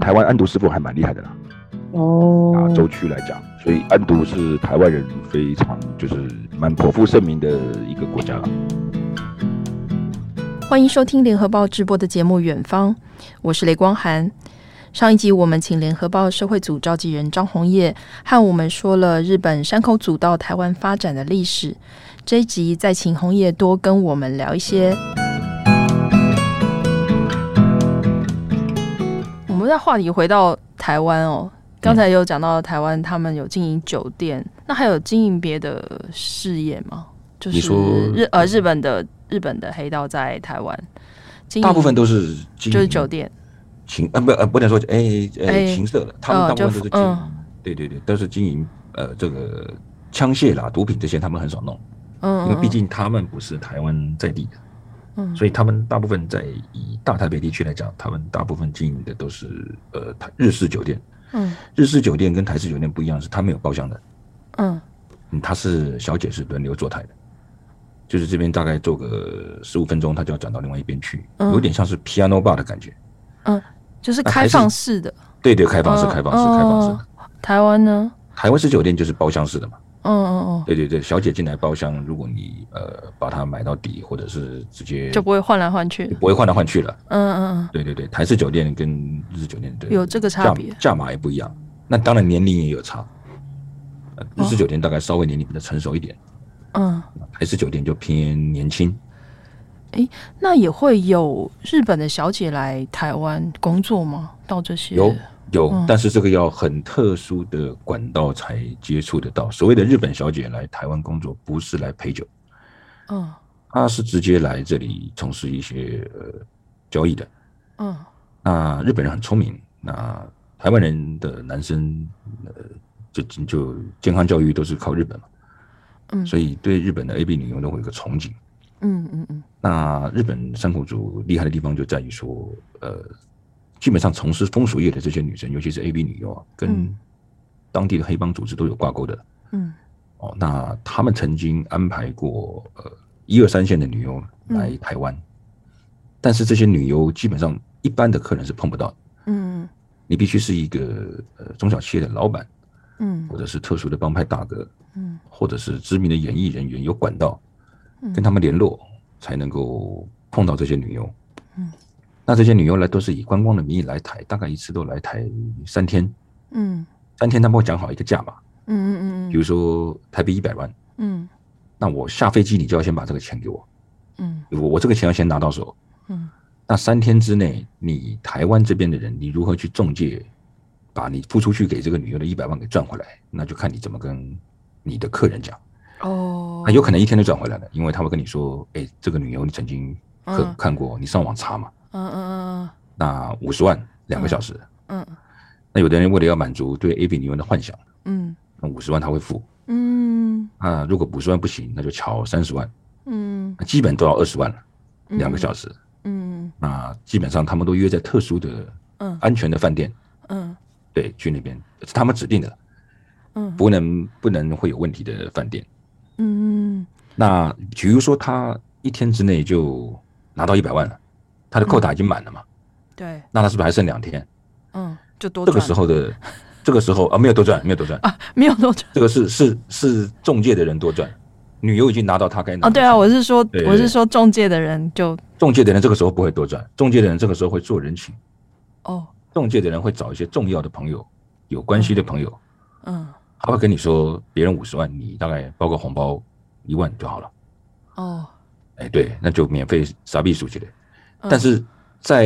台湾安独师傅还蛮厉害的啦，啊，哦，州区来讲，所以安独是台湾人非常就是蛮颇负盛名的一个国家了。嗯欢迎收听联合报直播的节目《远方》，我是雷光涵。上一集我们请联合报社会组召集人张红叶和我们说了日本山口组到台湾发展的历史。这一集再请红叶多跟我们聊一些。我们在话题回到台湾哦，刚才有讲到台湾他们有经营酒店，那还有经营别的事业吗？就你是说日呃日本的日本的黑道在台湾，经营大部分都是经营就是酒店。情啊不呃不能说哎哎哎情色的，他们哦大部分都就是经营嗯，对对对，都是经营呃这个枪械啦、毒品这些，他们很少弄，嗯，因为嗯毕竟他们不是台湾在地的，嗯所以他们大部分在以大台北地区来讲，他们大部分经营的都是呃台日式酒店。嗯日式酒店跟台式酒店不一样，是他们有包厢的，嗯嗯，他是小姐是轮流坐台的，就是这边大概坐个十五分钟，他就要转到另外一边去，嗯有点像是 piano bar 的感觉。嗯，就是那开还是放式的。对对，开放式，嗯开放式，开放式哦。台湾呢？台湾式酒店就是包厢式的嘛，嗯嗯对对对，小姐进来包厢，如果你呃把它买到底，或者是直接嗯，就不会换来换去就。不会换来换去了。嗯嗯对对对，台式酒店跟日式酒店对有这个差价别价码也不一样。那当然年龄也有差，呃日哦式酒店大概稍微年龄比较成熟一点，嗯嗯，台式酒店就偏年轻。那也会有日本的小姐来台湾工作吗？到这些有有，嗯但是这个要很特殊的管道才接触得到。所谓的日本小姐来台湾工作，不是来陪酒，嗯她是直接来这里从事一些呃交易的。嗯那日本人很聪明，那台湾人的男生，呃，就就健康教育都是靠日本嘛，嗯所以对日本的 A B 女优都会有个憧憬。嗯嗯嗯那日本山口组厉害的地方就在于说，呃，基本上从事风俗业的这些女生，尤其是 A B 女优啊，跟嗯当地的黑帮组织都有挂钩的嗯哦。那他们曾经安排过呃一二三线的女优来台湾，但是这些女优基本上一般的客人是碰不到的。嗯你必须是一个呃中小企业的老板，嗯或者是特殊的帮派大哥，嗯或者是知名的演艺人员，有管道嗯，跟他们联络，才能够碰到这些女优。嗯，那这些女优来都是以观光的名义来台，大概一次都来台三天，嗯三天他们会讲好一个价码，嗯比如说台币一百万，嗯那我下飞机你就要先把这个钱给我，嗯我我这个钱要先拿到手。嗯那三天之内，你台湾这边的人，你如何去中介，把你付出去给这个女优的一百万给赚回来？那就看你怎么跟你的客人讲。哦啊那有可能一天就赚回来了，因为他会跟你说：“哎、这个女优你曾经看、嗯看过，你上网查嘛，嗯嗯那五十万两个小时。嗯嗯那有的人为了要满足对 A B 女优的幻想，嗯那五十万他会付。嗯那如果五十万不行，那就瞧三十万，嗯那基本都要二十万了，嗯两个小时。嗯那基本上他们都约在特殊的、嗯安全的饭店，嗯对，去那边是他们指定的。嗯不能不能会有问题的饭店。嗯那比如说他一天之内就拿到一百万了，他的扣打已经满了嘛，对那他是不是还剩两天？嗯就多这个赚时候的，这个时候啊没有多赚，没有多赚，没有多赚。这个是是是中介的人多赚，女优已经拿到他该拿哦，的对钱。啊，我是说，对对我对是说中介的人就中介的人这个时候不会多赚，中介的人这个时候会做人情，哦，中介的人会找一些重要的朋友、有关系的朋友，嗯，他会跟你说别人五十万，你大概包个红包一万就好了。哦，哎，对，那就免费傻逼数去了。嗯但是在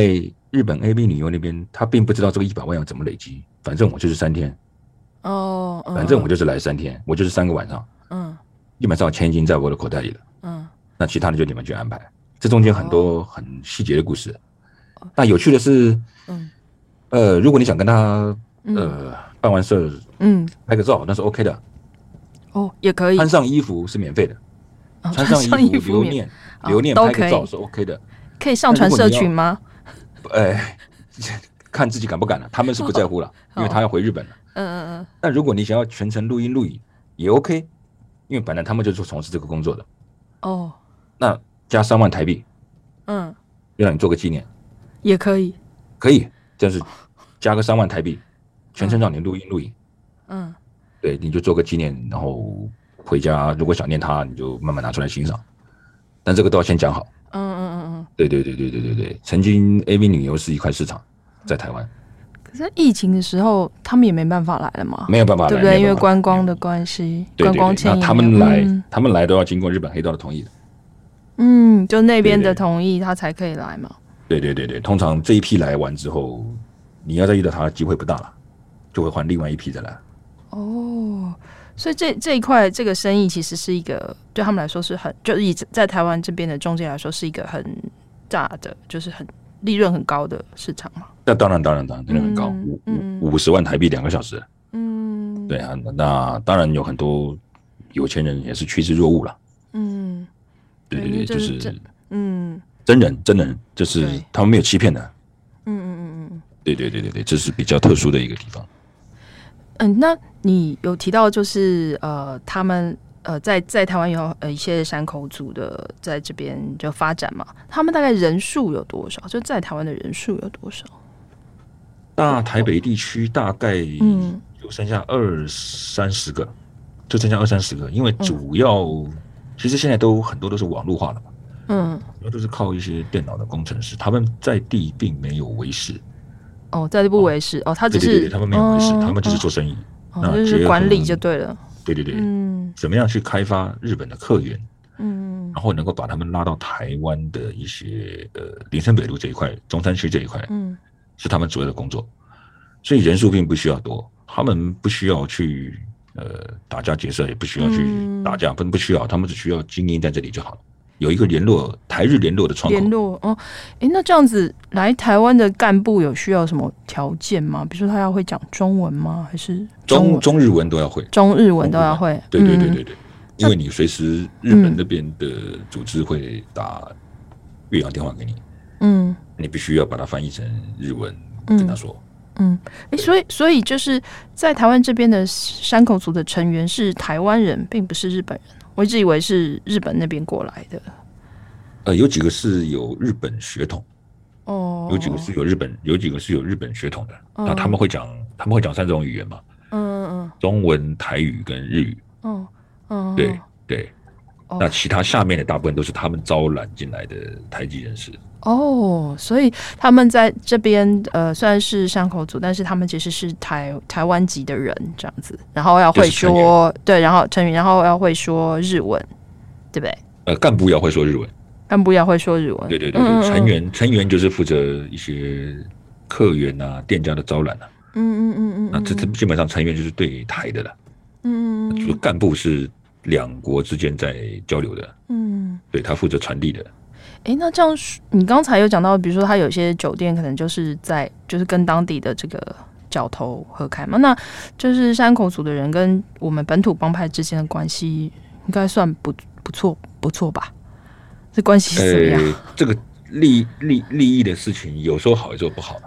日本 A B 女优那边，她并不知道这个一百万要怎么累积。反正我就是三天，哦，嗯反正我就是来三天，我就是三个晚上，嗯基本上钱已经在我的口袋里了。嗯那其他的就你们去安排。这中间很哦多很细节的故事。那有趣的是，嗯呃，如果你想跟她嗯呃办完事儿嗯，拍个照，那是 OK 的。哦，也可以穿上衣服是免费的，哦穿上衣服留免念哦留念都拍个可照以是 OK 的。可以上传社群吗？哎， 看自己敢不敢了、他们是不在哦乎了，因为他要回日本了。嗯嗯那如果你想要全程录音录影也 OK，因为本来他们就是从事这个工作的。嗯，哦，那加三万台币，嗯，就让你做个纪念，也可以，可以，但是加个三万台币，全程让你录音录影，嗯，对，你就做个纪念，然后回家如果想念他，你就慢慢拿出来欣赏。但这个都要先讲好。嗯嗯嗯对对对对对对对，曾经 AV 女优是一块市场，在台湾嗯。可是疫情的时候，他们也没办法来了嘛，没有办法来，对不对？没因有为办法观光的关系，对对观对光签那也他没有们来嗯，他们来都要经过日本黑道的同意的。嗯，就那边对的对同意，他才可以来嘛。对对对对，通常这一批来完之后，你要再遇到他的机会不大了，就会换另外一批再来。哦，所以这这一块这个生意其实是一个对他们来说是很，就是以在台湾这边的中介来说是一个很大的，就是很利润很高的市场嘛。那当然，当然，当然，真的很高，嗯五嗯五五十万台币两个小时。嗯，对，啊，那那当然有很多有钱人也是趋之若鹜了。嗯对对对对，就就是是这嗯真人真人，就是对他们没有欺骗的。嗯嗯嗯嗯对对对对对，这是比较特殊的一个地方。嗯，那你有提到就是呃，他们呃在在台湾有呃一些山口组的在这边就发展嘛，他们大概人数有多少？就在台湾的人数有多少？大台北地区大概嗯就剩下二三十个，就剩下二三十个，因为主要、其实现在都很多都是网络化了嘛。嗯，主要就是靠一些电脑的工程师，他们在地并没有维持，哦，在这不为是哦，他只对是对对，对他们没有维持，哦他们只是哦做生意，哦，那就是结管理合就对了。对对对，嗯怎么样去开发日本的客源，嗯然后能够把他们拉到台湾的一些呃林森北路这一块、中山区这一块，嗯是他们主要的工作，所以人数并不需要多，他们不需要去呃打家劫舍，也不需要去嗯打架，不不需要，他们只需要精英在这里就好了，有一个联络台日联络的窗口联，络哦，诶，那这样子来台湾的干部有需要什么条件吗？比如说他要会讲中文吗？还是中文、中日文都要会。中日文都要会？对对对嗯对对，因为你随时日本那边的组织会打越洋电话给你，嗯你必须要把它翻译成日文跟他嗯说。嗯，诶，所以所以就是在台湾这边的山口组的成员是台湾人，并不是日本人。我一直以为是日本那边过来的呃，有几个是有日本血统，哦，有几个是有日本，有几个是有日本血统的。嗯那他们会讲，他们会讲三种语言嘛，嗯嗯中文、台语跟日语。嗯嗯，对对，哦那其他下面的大部分都是他们招揽进来的台籍人士。哦，所以他们在这边呃，虽然是山口组，但是他们其实是台台湾籍的人这样子，然后要会就是成说对，然后成员，然后要会说日文，对不对？呃，干部要会说日文，干部要会说日文，对对对嗯对，嗯成员成员就是负责一些客源啊、店家的招揽啊。嗯嗯嗯嗯，那这这嗯基本上成员就是对台的了，嗯就嗯是干部是两国之间在交流的，嗯，对他负责传递的。哎，那这样说你刚才有讲到，比如说他有些酒店可能就是在就是跟当地的这个。角头合开嘛，那就是山口组的人跟我们本土帮派之间的关系，应该算不不错不错吧？这关系是怎么样？呃，这个利利利益的事情，有时候好，有时候不好了。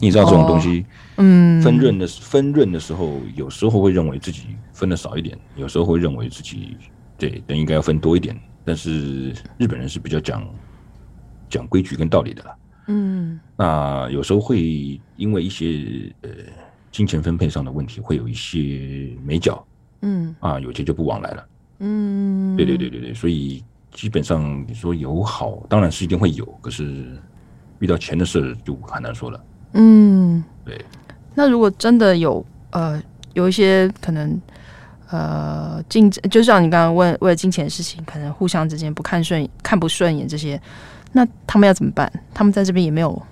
你知道这种东西嗯，分润的分润的时候，有时候会认为自己分的少一点，有时候会认为自己对人应该要分多一点。但是日本人是比较讲讲规矩跟道理的啦。嗯那有时候会因为一些呃金钱分配上的问题，会有一些美角嗯啊，有些就不往来了。嗯，对对对，对对，所以基本上你说有好，当然是一定会有，可是遇到钱的事儿就很难说了。嗯，对。那如果真的有呃有一些可能呃竞，就像你刚刚问为了金钱的事情，可能互相之间不看顺看不顺眼这些，那他们要怎么办？他们在这边也没有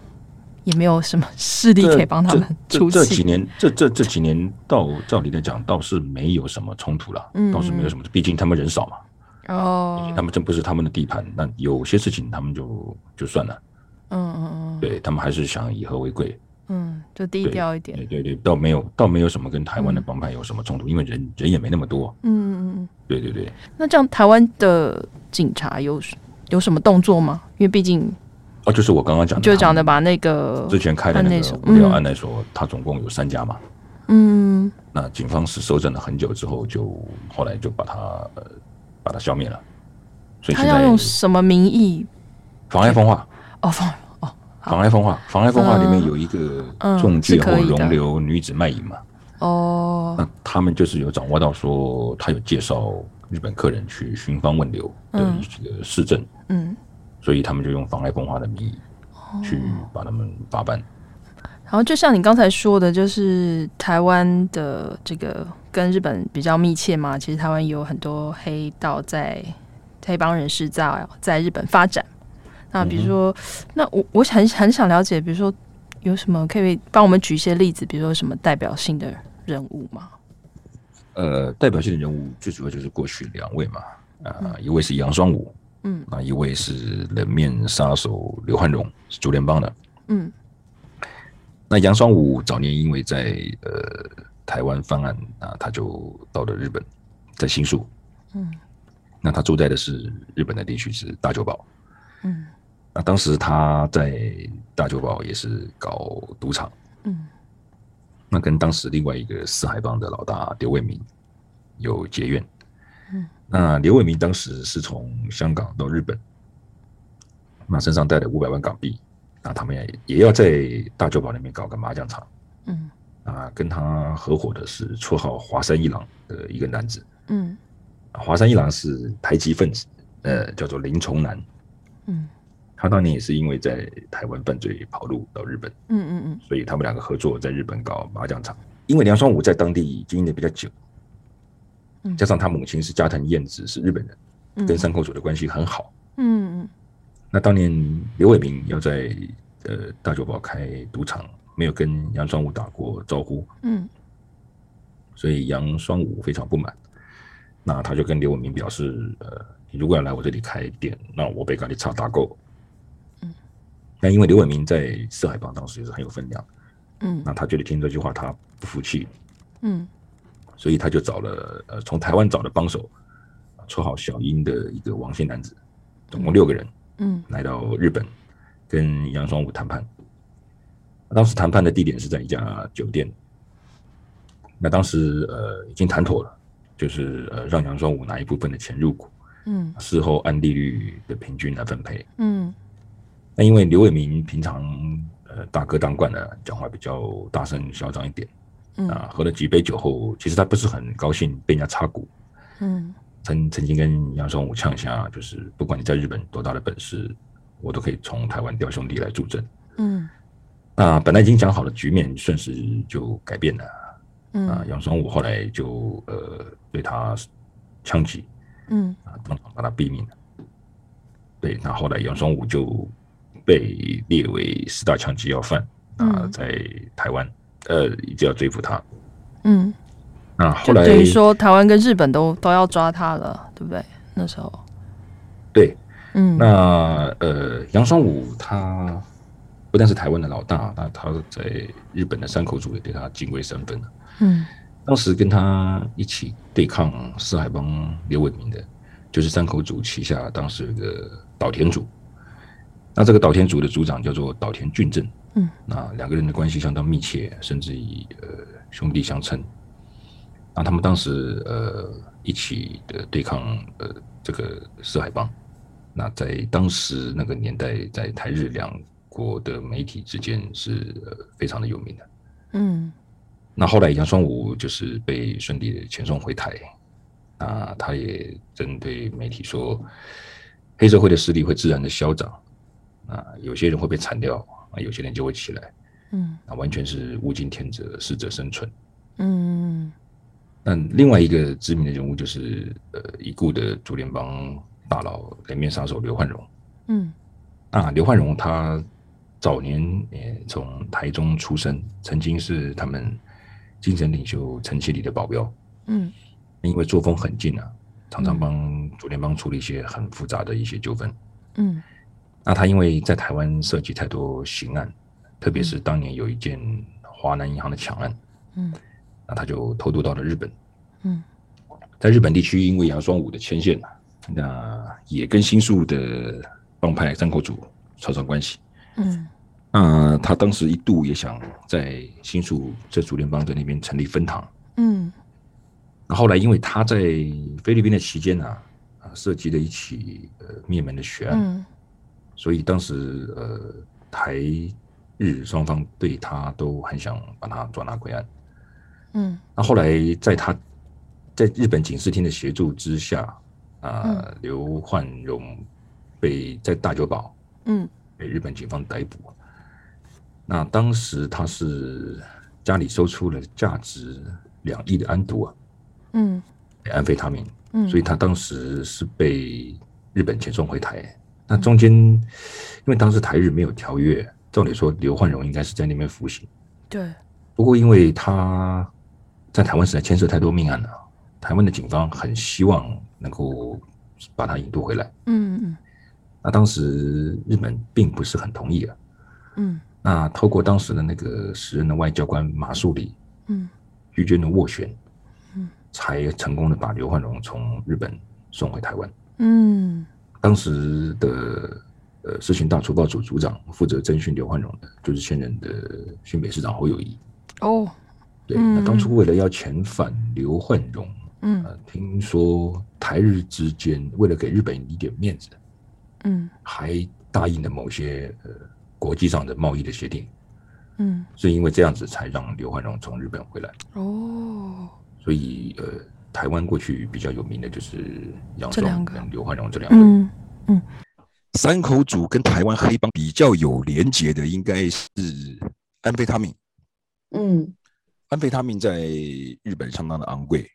也没有什么势力可以帮他们这出这几气。年，这这这几年到照理来讲，倒是没有什么冲突了，嗯倒是没有什么，毕竟他们人少嘛，哦，他们真不是他们的地盘，那有些事情他们就就算了，嗯嗯嗯对他们还是想以和为贵。嗯，就低调一点对。对对，倒没有倒没有什么跟台湾的帮派有什么冲突，因为人人也没那么多。嗯嗯嗯。对对对，那这样台湾的警察有有什么动作吗？因为毕竟哦，就是我刚刚讲的，就讲的？把那个之前开的案那内个所无聊嗯案来说，他总共有三家嘛。嗯那警方是搜证了很久之后就，后来就把它呃把它消灭了。所以他现要在用什么名义？妨碍风化，哦，放哦，妨碍风化，妨碍风化里面有一个嗯重是介可或以的容留女子卖淫嘛，哦，那他们就是有掌握到说他有介绍日本客人去寻访问流的嗯一个市政，嗯，所以他们就用妨碍风化的名义哦去把他们法办。然后就像你刚才说的，就是台湾的这个跟日本比较密切嘛，其实台湾有很多黑道在黑帮人士在在日本发展。那比如说，那我我很很想了解，比如说有什么可以帮我们举一些例子，比如说什么代表性的人物吗？呃，代表性的人物最主要就是过去两位嘛，啊、一位是杨双武，嗯，啊，一位是冷面杀手刘汉荣，是竹联帮的。嗯那杨双武早年因为在呃台湾犯案啊，他就到了日本，在新宿。嗯那他住在的是日本的地区是大久保。嗯那当时他在大久保也是搞赌场，嗯那跟当时另外一个四海帮的老大刘伟明有结怨。嗯，那刘伟明当时是从香港到日本，那身上带了五百万港币，那他们也也要在大久保那边搞个麻将场。嗯啊，跟他合伙的是绰号华山一郎的一个男子。嗯啊华山一郎是台籍分子，呃，叫做林崇南。嗯他当年也是因为在台湾犯罪跑路到日本，嗯嗯所以他们两个合作在日本搞麻将场。因为梁双武在当地经营的比较久嗯，加上他母亲是加藤燕子，是日本人，嗯，跟山口组的关系很好。嗯那当年刘伟明要在呃大久保开赌场，没有跟杨双武打过招呼，嗯所以杨双武非常不满。那他就跟刘文明表示，呃，你如果要来我这里开店，那我被咖喱叉打够。嗯，那因为刘文明在四海帮当时也是很有分量，嗯那他觉得听这句话他不服气，嗯所以他就找了呃从台湾找的帮手，绰号小英的一个王姓男子，总共六个人嗯来到日本，跟杨双武谈判。当时谈判的地点是在一家酒店，那当时呃已经谈妥了，就是呃让杨双武拿一部分的钱入股，嗯事后按利率的平均来分配。嗯那因为刘伟明平常呃大哥当惯了，讲话比较大声嚣张一点嗯啊，喝了几杯酒后，其实他不是很高兴被人家插股，嗯曾曾经跟杨双武呛一下，就是不管你在日本多大的本事，我都可以从台湾调兄弟来助阵。嗯那本来已经讲好的局面，瞬时就改变了。啊，嗯杨双武后来就呃对他枪击嗯啊，当场把他毙命了。对，那后来杨双武就被列为十大枪击要犯啊，嗯在台湾呃一直要追捕他。嗯，那后就来等于说台湾跟日本都都要抓他了，对不对？那时候，对嗯那呃，杨双武他不但是台湾的老大，那他在日本的山口组也对他敬畏三分。嗯当时跟他一起对抗四海帮刘伟明的，就是山口组旗下当时有一个岛田组。那这个岛田组的组长叫做岛田俊正，嗯，那两个人的关系相当密切，甚至以呃兄弟相称。那他们当时呃一起的对抗呃这个四海帮，那在当时那个年代，在台日两国的媒体之间是、呃、非常的有名的。嗯那后来杨双武就是被顺利的遣送回台，那他也针对媒体说，黑社会的势力会自然的消长，啊，有些人会被铲掉，啊，有些人就会起来，嗯那完全是物竞天择，适者生存。嗯那另外一个知名的人物就是呃已故的竹联帮大佬人面杀手刘焕荣。嗯啊，刘焕荣他早年也从台中出生，曾经是他们精神领袖陈其礼的保镖。嗯因为作风很近啊，常常嗯帮主联帮处理一些很复杂的一些纠纷。嗯那他因为在台湾涉及太多刑案，特别是当年有一件华南银行的抢案，嗯那他就偷渡到了日本。嗯在日本地区，因为杨双武的牵线啊，那也跟新宿的帮派山口组扯上关系。嗯那他当时一度也想在新宿这主联帮在那边成立分堂，嗯那后来因为他在菲律宾的期间呢、啊，涉及了一起呃灭门的血案，嗯所以当时呃台日双方对他都很想把他抓拿归案。嗯那后来在他在日本警视厅的协助之下，啊、刘焕荣被在大久保嗯被日本警方逮捕。那当时他是家里搜出了价值两亿的安毒啊，嗯安非他命，嗯，所以他当时是被日本遣送回台。那中间，因为当时台日没有条约，照理说刘焕荣应该是在那边服刑。对，不过因为他在台湾实在牵涉太多命案了，台湾的警方很希望能够把他引渡回来。嗯那当时日本并不是很同意啊。嗯那透过当时的那个时任的外交官马树里嗯居间的斡旋嗯，才成功的把刘焕荣从日本送回台湾。嗯当时的呃事情大除暴组组长负责征询刘焕荣的，就是现任的新北市长侯友谊。哦，对，嗯那当初为了要遣返刘焕荣，嗯呃，听说台日之间为了给日本一点面子，嗯还答应了某些呃国际上的贸易的协定，嗯是因为这样子才让刘焕荣从日本回来。哦，所以呃，台湾过去比较有名的就是杨这两松个跟刘焕荣这两位。嗯山口组跟台湾黑帮比较有连结的，应该是安非他命。嗯安非他命在日本相当的昂贵，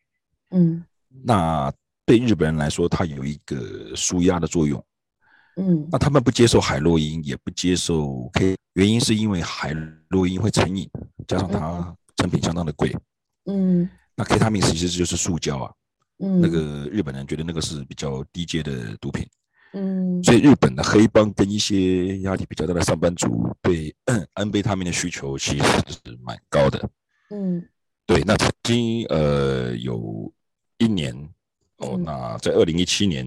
嗯那对日本人来说，它有一个舒压的作用。嗯那他们不接受海洛因，也不接受 K，原因是因为海洛因会成瘾，加上它成品相当的贵。嗯那 K 他命其实就是塑胶啊，嗯，那个日本人觉得那个是比较低阶的毒品。嗯所以日本的黑帮跟一些压力比较大的上班族对安非他命的需求其实是蛮高的。嗯对，那曾经呃有一年哦，嗯那在二零一七年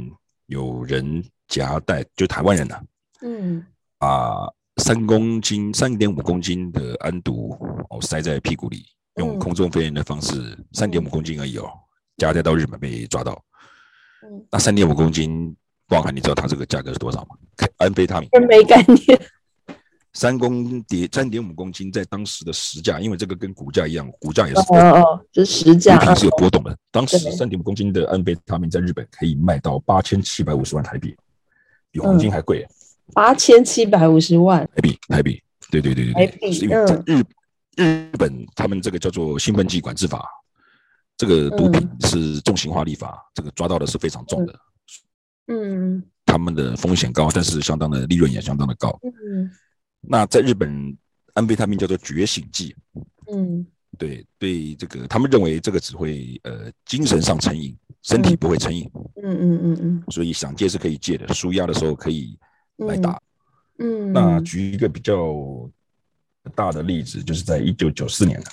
有人夹带就台湾人呐、嗯把三公斤三点五公斤的安毒哦塞在屁股里，用嗯空中飞人的方式，三点五嗯公斤而已哦，夹带到日本被抓到。嗯，那三点五公斤，光涵，你知道它这个价格是多少吗？安非他命。真没概念。三公跌三点五公斤，在当时的实价，因为这个跟股价一样，股价也是哦哦，这实股价啊品，是有波动的。当时对三点五公斤的安倍他命在日本可以卖到八千七百五十万台币，比黄金还贵，八千七百五十万。台币台币。对对对对台对，币嗯是因为在日日本他们这个叫做兴奋剂管制法，这个毒品是重型化立法，这个抓到的是非常重的，嗯他们的风险高，但是相当的利润也相当的高。嗯那在日本，安非他命叫做觉醒剂，嗯对对，这个他们认为这个只会呃精神上成瘾，身体嗯不会成瘾，嗯嗯嗯所以想戒是可以戒的，舒压的时候可以嗯，来打。嗯。那举一个比较大的例子，就是在一九九四年啊，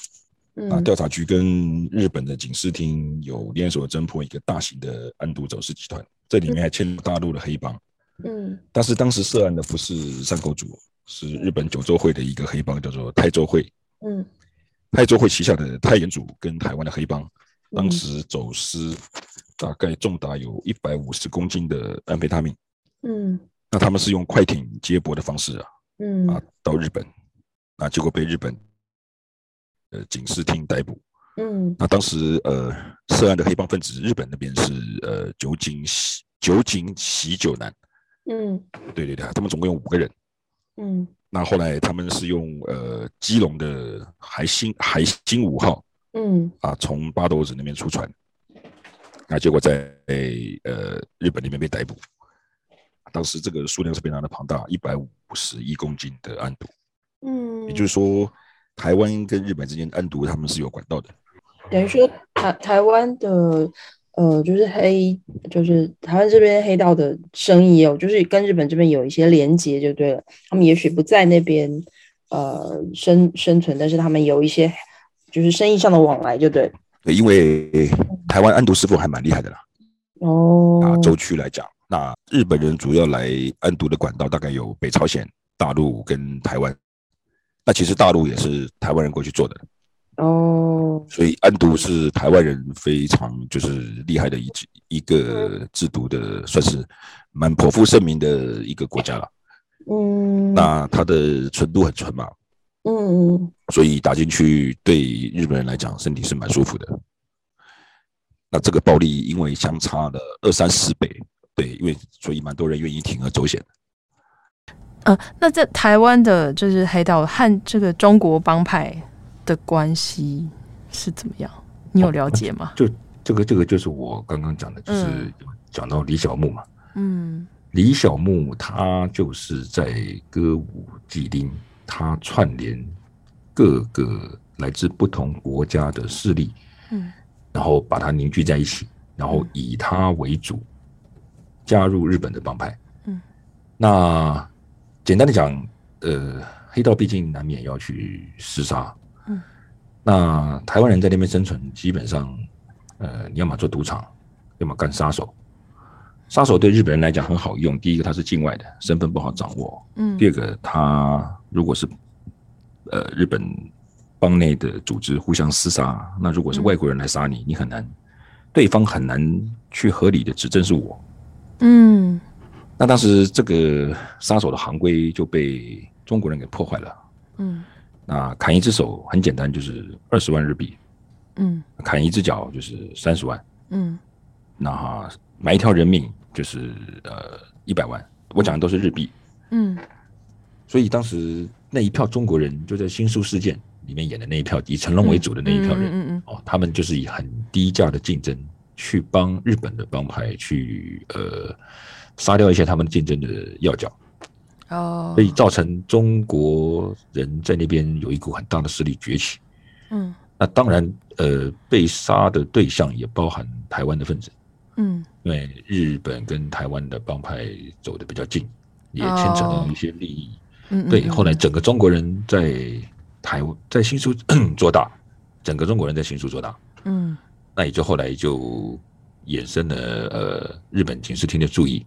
那嗯调查局跟日本的警视厅有联手侦破一个大型的安毒走私集团，这里面还牵大陆的黑帮，嗯但是当时涉案的不是山口组，是日本九州会的一个黑帮，叫做泰州会。嗯泰州会旗下的泰源组跟台湾的黑帮，当嗯时走私大概重达有一百五十公斤的安非他命。嗯那他们是用快艇接驳的方式啊啊嗯到日本，那结果被日本呃警视厅逮捕。嗯那当时呃涉案的黑帮分子，日本那边是呃酒井喜酒井喜久男，嗯对对对，他们总共有五个人。嗯那后来他们是用呃基隆的海星海星五号嗯啊，从八斗子那边出船，那结果在呃日本那边被逮捕。当时这个数量是非常的庞大，一百五十一公斤的安毒，嗯，也就是说，台湾跟日本之间安毒他们是有管道的。等于说台台湾的呃，就是黑，就是台湾这边黑道的生意哦，就是跟日本这边有一些连接就对了。他们也许不在那边呃生生存，但是他们有一些就是生意上的往来就对了。对，因为台湾安毒师傅还蛮厉害的啦，哦，啊，州区来讲，那日本人主要来安毒的管道大概有北朝鲜、大陆跟台湾。那其实大陆也是台湾人过去做的，哦，所以安毒是台湾人非常就是厉害的一一个制毒的，算是蛮颇负盛名的一个国家了。嗯，那它的纯度很纯嘛，嗯嗯所以打进去对日本人来讲身体是蛮舒服的。那这个暴力因为相差了二三十倍，对，因为所以蛮多人愿意铤而走险的。呃，那在台湾的，就是黑道和这个中国帮派的关系是怎么样？你有了解吗？这个这个就是我刚刚讲的，就是嗯讲到李小牧嘛，嗯李小牧他就是在歌舞伎町，他串联各个来自不同国家的势力，嗯然后把它凝聚在一起，然后以他为主，加入日本的帮派。嗯，那简单的讲，呃，黑道毕竟难免要去厮杀。嗯，那台湾人在那边生存，基本上，呃，你要么做赌场，要么干杀手。杀手对日本人来讲很好用，第一个他是境外的，身份不好掌握；嗯第二个，他如果是呃日本帮内的组织互相厮杀，那如果是外国人来杀你，你很难，对方很难去合理的指证是我。嗯那当时这个杀手的行规就被中国人给破坏了。嗯那砍一只手很简单，就是二十万日币；嗯砍一只脚就是三十万；嗯那买一条人命就是呃一百万。我讲的都是日币。嗯所以当时那一票中国人就在新宿事件里面演的那一票，以成龙为主的那一票人，嗯嗯哦，他们就是以很低价的竞争去帮日本的帮派去呃杀掉一些他们竞争的要角，嗯哦，所以造成中国人在那边有一股很大的势力崛起。嗯那当然，呃，被杀的对象也包含台湾的分子，嗯因为日本跟台湾的帮派走得比较近，也牵扯哦到一些利益。嗯对，后来整个中国人在台湾在新宿 做大，整个中国人在新宿做大，嗯那也就后来就衍生了呃日本警视厅的注意，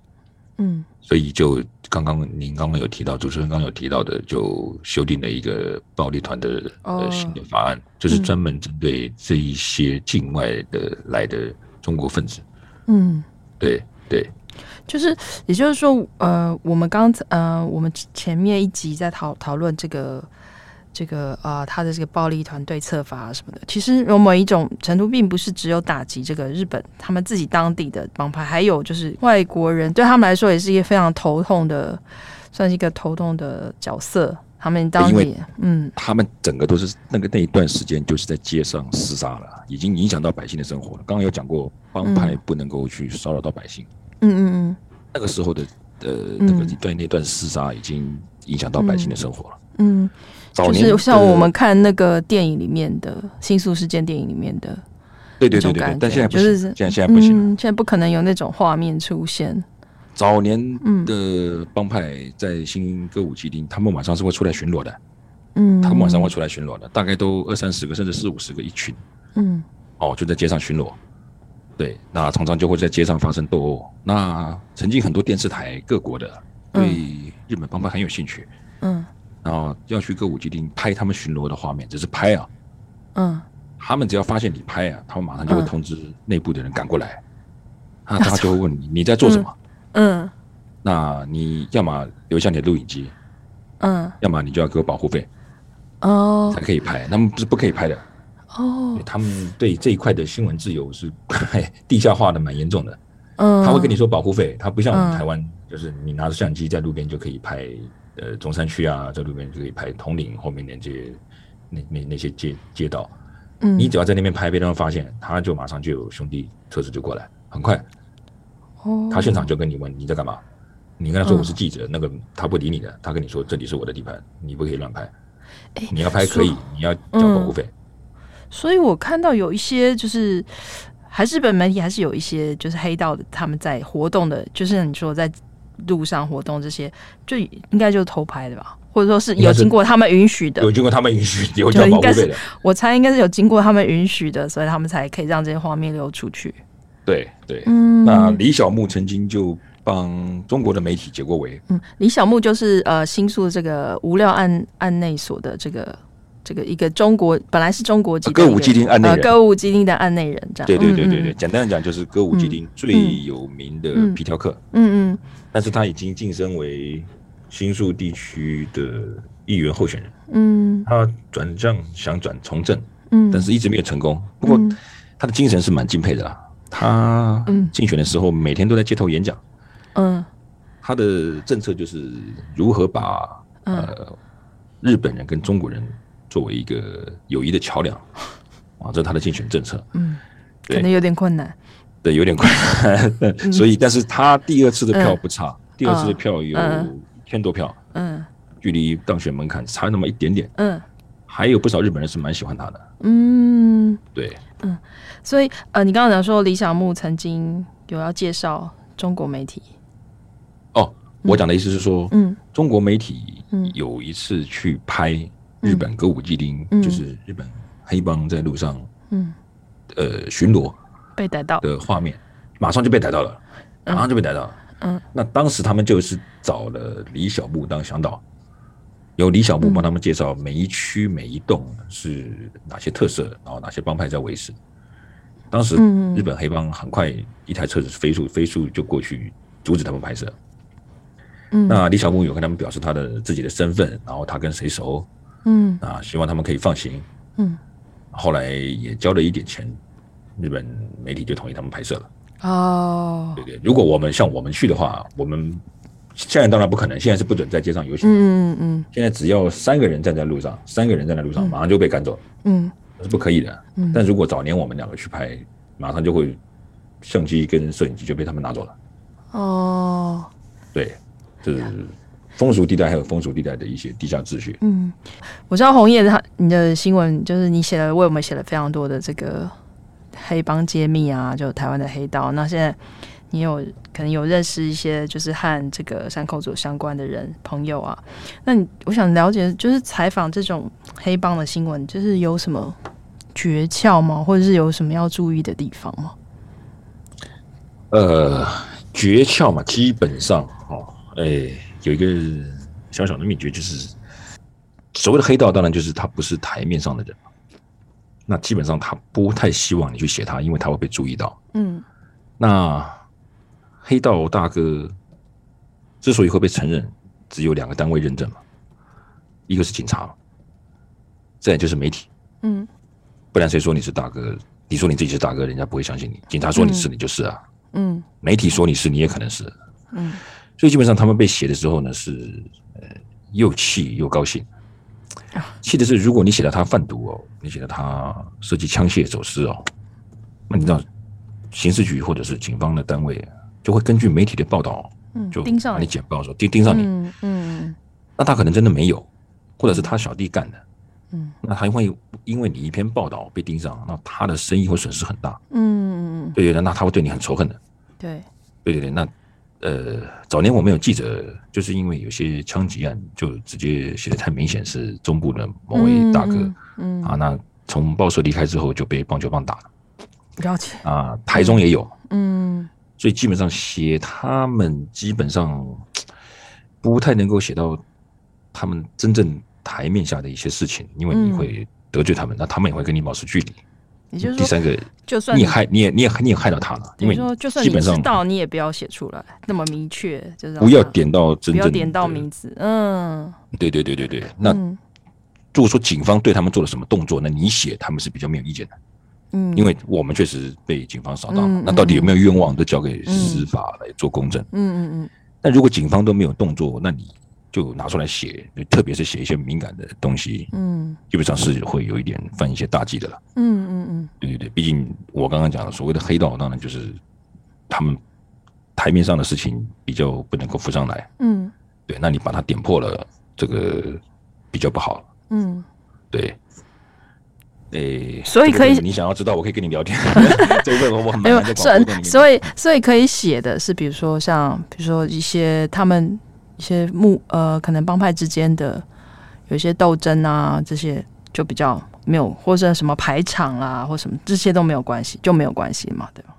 嗯所以就刚刚您刚刚有提到，主持人刚刚有提到的，就修订了一个暴力团的哦呃新的法案，就是专门针对这一些境外的来的中国分子，嗯。对对，就是，也就是说，呃，我们刚才，呃，我们前面一集在讨讨论这个这个啊，他的这个暴力团队策法啊什么的，其实有某一种程度，并不是只有打击这个日本他们自己当地的帮派，还有就是外国人对他们来说也是一个非常头痛的，算是一个头痛的角色。他们当因为地，嗯他们整个都是那个那一段时间就是在街上厮杀了，已经影响到百姓的生活了。刚刚有讲过，帮派不能够去骚扰到百姓，嗯嗯那个时候的呃那个嗯对那段厮杀已经影响到百姓的生活了。嗯早嗯，就年是像的我们看那个电影里面的《新宿事件》电影里面的，对对这对种对感对觉，但现在不就行，是现在现在不行了。嗯，现在不可能有那种画面出现。早年嗯的帮派在新歌舞伎町，他们晚上是会出来巡逻的，嗯，他们晚上会出来巡逻的，大概都二三十个甚至四五十个一群嗯哦，就在街上巡逻。对，那常常就会在街上发生斗殴。那曾经很多电视台各国的嗯对日本帮派很有兴趣，嗯然后要去歌舞伎町拍他们巡逻的画面，只是拍啊。嗯，他们只要发现你拍啊，他们马上就会嗯通知内部的人赶过来，啊，他就会问你你在做什么。嗯那你要么留下你的录影机，嗯要么你就要给我保护费哦才可以拍，他们不是不可以拍的。哦对他们对这一块的新闻自由是 地下化的蛮严重的。嗯，他会跟你说保护费，他不像我们嗯台湾，就是你拿着相机在路边就可以拍，呃，中山区啊，在路边就可以拍铜陵后面那些那那那些街街道，嗯，你只要在那边拍，被他们发现，他就马上就有兄弟车子就过来，很快，哦他现场就跟你问你在干嘛，你跟他说嗯我是记者，那个他不理你的，他跟你说这里是我的地盘，你不可以乱拍哎，你要拍可以说，嗯你要交保护费，所以我看到有一些就是。还是日本媒体还是有一些就是黑道的他们在活动的，就是你说在路上活动这些，就应该就是偷拍的吧，或者说是应有该是经过他们允许的有。经过他们允许，有交应保护该是费的，我猜应该是有经过他们允许的，所以他们才可以让这些画面流出去。对对。嗯那李小牧曾经就帮中国的媒体解过围，嗯，李小牧就是呃新宿这个无料案案内所的这个这个一个中国本来是中国籍的啊歌一个舞伎町案内呃人歌舞伎町的案内人这样。对对对嗯对对，，简单的讲就是歌舞伎町最有名的皮条客，嗯嗯但是他已经晋升为新宿地区的议员候选人，嗯他转向想转从政，嗯，但是一直没有成功。不过嗯他的精神是蛮敬佩的啦。他嗯竞选的时候每天都在街头演讲，嗯他的政策就是如何把嗯呃日本人跟中国人作为一个友谊的桥梁啊，这是他的竞选政策。嗯，对可能有点困难，对，有点困难。所以，但是他第二次的票嗯不差，第二次的嗯票有嗯一千多票，嗯距离当选门槛差那么一点点。嗯还有不少日本人是蛮喜欢他的。嗯，对，所以呃，你刚刚讲说李小牧曾经有要介绍中国媒体，哦，我讲的意思是说，嗯中国媒体嗯有一次去拍日本歌舞伎町，嗯就是日本黑帮在路上嗯，呃巡逻被逮到，的画面，马上就被逮到了，马上就被逮到了。嗯，那当时他们就是找了李小牧当向导，由李小牧嗯帮他们介绍每一区每一栋是哪些特色，然后哪些帮派在维持。当时嗯日本黑帮很快一台车子飞速飞速就过去阻止他们拍摄。嗯那李小牧有跟他们表示他的自己的身份，然后他跟谁熟嗯啊，希望他们可以放行。嗯后来也交了一点钱，日本媒体就同意他们拍摄了。哦对，对，如果我们像我们去的话，我们现在当然不可能，现在是不准在街上游行。嗯嗯现在只要三个人站在路上，三个人站在路上，马上就被赶走，嗯是不可以的。嗯但如果早年我们两个去拍，马上就会相机跟摄影机就被他们拿走了。嗯哦。对，这是风俗地带还有风俗地带的一些地下秩序。嗯，我知道红叶他你的新闻就是你写了为我们写了非常多的这个黑帮揭秘啊，就台湾的黑道。那现在你有可能有认识一些就是和这个山口组相关的人朋友啊，那你我想了解就是采访这种黑帮的新闻，就是有什么诀窍吗？或者是有什么要注意的地方吗？呃，诀窍嘛，基本上哦，哎，有一个小小的秘诀，就是所谓的黑道，当然就是他不是台面上的人嘛，那基本上他不太希望你去写他，因为他会被注意到。嗯那黑道大哥之所以会被承认，只有两个单位认证嘛，一个是警察，再来就是媒体，嗯不然谁说你是大哥？你说你自己是大哥，人家不会相信你。警察说你是，你就是啊；嗯媒体说你是，你也可能是。嗯所以基本上他们被写的时候呢，是呃又气又高兴。啊气的是，如果你写到他贩毒哦，你写到他涉及枪械走私哦，那你知道刑事局或者是警方的单位就会根据媒体的报道，嗯，就盯上把你你，简报说盯盯上你。嗯嗯那他可能真的没有，或者是他小弟干的，嗯那他会因为你一篇报道被盯上，那他的生意会损失很大。嗯嗯，对对对，那他会对你很仇恨的。对，对对对，那呃，早年我们有记者，就是因为有些枪击案，就直接写的太明显是中部的某位大哥、嗯，嗯，啊，那从报社离开之后就被棒球棒打了了解，啊，台中也有，嗯。所以基本上写他们基本上不太能够写到他们真正台面下的一些事情，因为你嗯会得罪他们，那他们也会跟你保持距离。也就是第说，三个，就算你也害你也你也你也害到他了，因等于为说就算基你本上知道，你也不要写出来那么明确，就是不要点到真不正要点到的名字，嗯，对对对对对，那嗯如果说警方对他们做了什么动作，那你写他们是比较没有意见的，嗯，因为我们确实被警方扫荡嗯了嗯。那到底有没有冤枉，都交给司法来做公正。嗯嗯但如果警方都没有动作，那你就拿出来写，特别是写一些敏感的东西，嗯基本上是会有一点犯一些大忌的了。嗯嗯嗯对对对，毕竟我刚刚讲的所谓的黑道，当然就是他们台面上的事情比较不能够浮上来。嗯对，那你把它点破了，这个比较不好。嗯对，诶、所以这可以部分你想要知道，我可以跟你聊 天。这部分我我很没蛮有难在，所广播以跟你。所以所以可以写的是，比如说像比如说一些他们一些幕呃，可能帮派之间的有一些斗争啊，这些就比较没有，或者什么排场啦、或什么这些都没有关系，就没有关系嘛，对吧？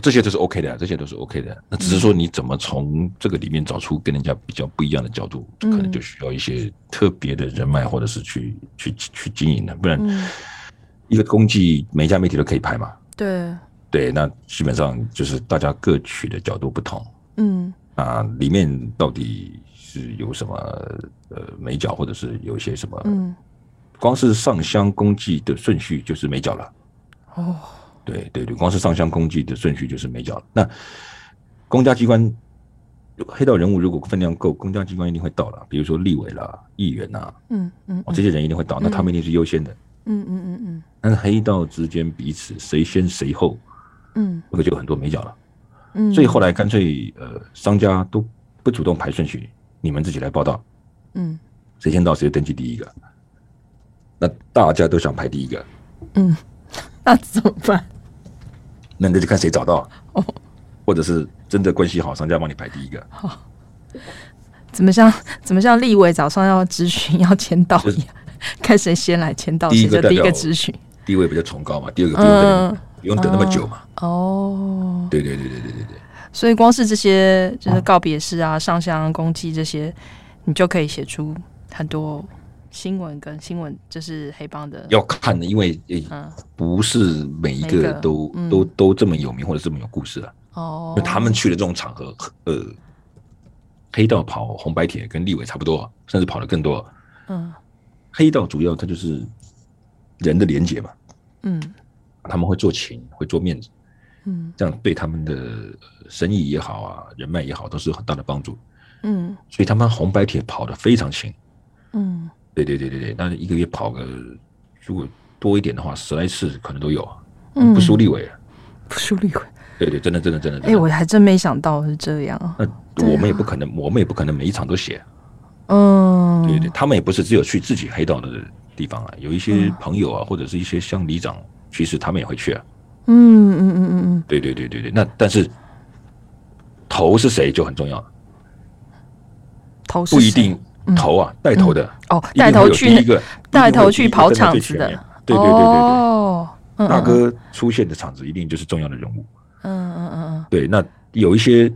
这些都是 OK 的，这些都是 OK 的。那只是嗯说你怎么从这个里面找出跟人家比较不一样的角度，可能就嗯需要一些特别的人脉，或者是去去去经营的。不然，嗯，一个工具每一家媒体都可以拍嘛。对，对，那基本上就是大家各取的角度不同。嗯啊，里面到底是有什么呃美角，或者是有一些什么，嗯，光是上香公祭的顺序就是美角了。哦，对对对，光是上香公祭的顺序就是美角了。那公家机关黑道人物如果分量够，公家机关一定会到了，比如说立委啦、议员呐、嗯嗯，哦，这些人一定会到，那他们一定是优先的。嗯嗯嗯但是黑道之间彼此谁先谁后，嗯这个就有很多美角了。嗯，所以后来干脆呃，商家都不主动排顺序，你们自己来报道，嗯谁先到谁就登记第一个。那大家都想排第一个，嗯，那怎么办？那你就看谁找到，哦，或者是真的关系好，商家帮你排第一个，怎么像怎么像立委早上要咨询要签到一样，看谁先来签到，谁就第一个咨询。地位比较崇高嘛，第二嗯个不用等，不用等那么久嘛。哦，对对对对对对对，所以光是这些就是告别式啊、上香、公祭这些，你就可以写出很多新闻跟新闻，就是黑帮的。要看的，因为呃嗯，不是每一每一个个都嗯都都这么有名或者这么有故事啊。哦因为，他们去的这种场合，呃，黑道跑红白帖跟立委差不多，甚至跑得更多。嗯黑道主要它就是人的连结嘛，嗯他们会做情，会做面子，嗯这样对他们的呃生意也好啊，人脉也好，都是很大的帮助。嗯所以他们红白帖跑得非常勤。嗯对对对对对，那一个月跑个如果多一点的话，十来次可能都有，啊嗯，不输立委。啊不输立委。对对，真的真的真的。真哎、的我还真没想到是这样啊。那我们也不可能，我们也不可能每一场都写。嗯，对对，他们也不是只有去自己黑道的地方啊，有一些朋友啊，或者是一些乡里长，其实他们也会去啊。嗯嗯嗯嗯嗯，对对对对对，那但是头是谁就很重要了，头是不一谁定头啊，带头的哦，一定带会头有去第那一个，带头一去定会跑有第一个站在场最子前的面，对对对对哦，对，嗯大，哥出现的场子一定就是重要的人物。嗯嗯嗯对，那有一些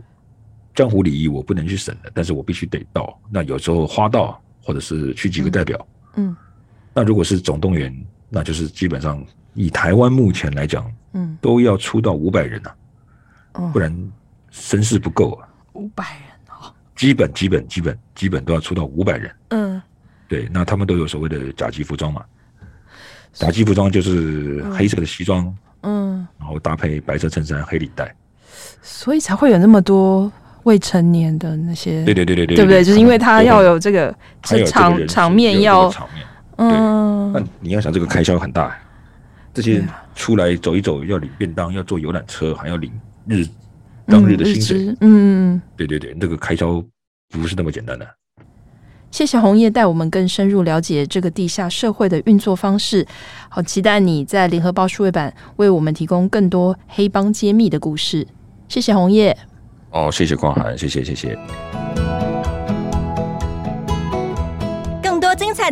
江湖礼仪我不能去审的，但是我必须得到。那有时候花道或者是去几个代表，嗯那如果是总动员，那就是基本上以台湾目前来讲，嗯都要出到五百人啊，嗯不，然声势不够啊。五百人哦，基本基本基本基本都要出到五百人。嗯对，那他们都有所谓的甲级服装嘛，甲级服装就是黑色的西装，嗯，然后搭配白色衬衫、黑领带。所以才会有那么多未成年的那些，对对对对对，对不对？就是因为他要有有这个他有这这个场人场数有面这个要，场面。那嗯你要想这个开销很大，这些对人啊出来走一走，要领便当，要坐游览车，还要领日当日的薪水。资，嗯。对对对，那个开销不是那么简单的、谢谢红叶带我们更深入了解这个地下社会的运作方式。好，期待你在联合报数位版为我们提供更多黑帮揭秘的故事。谢谢红叶。哦，谢谢光涵，谢谢谢谢。更多精彩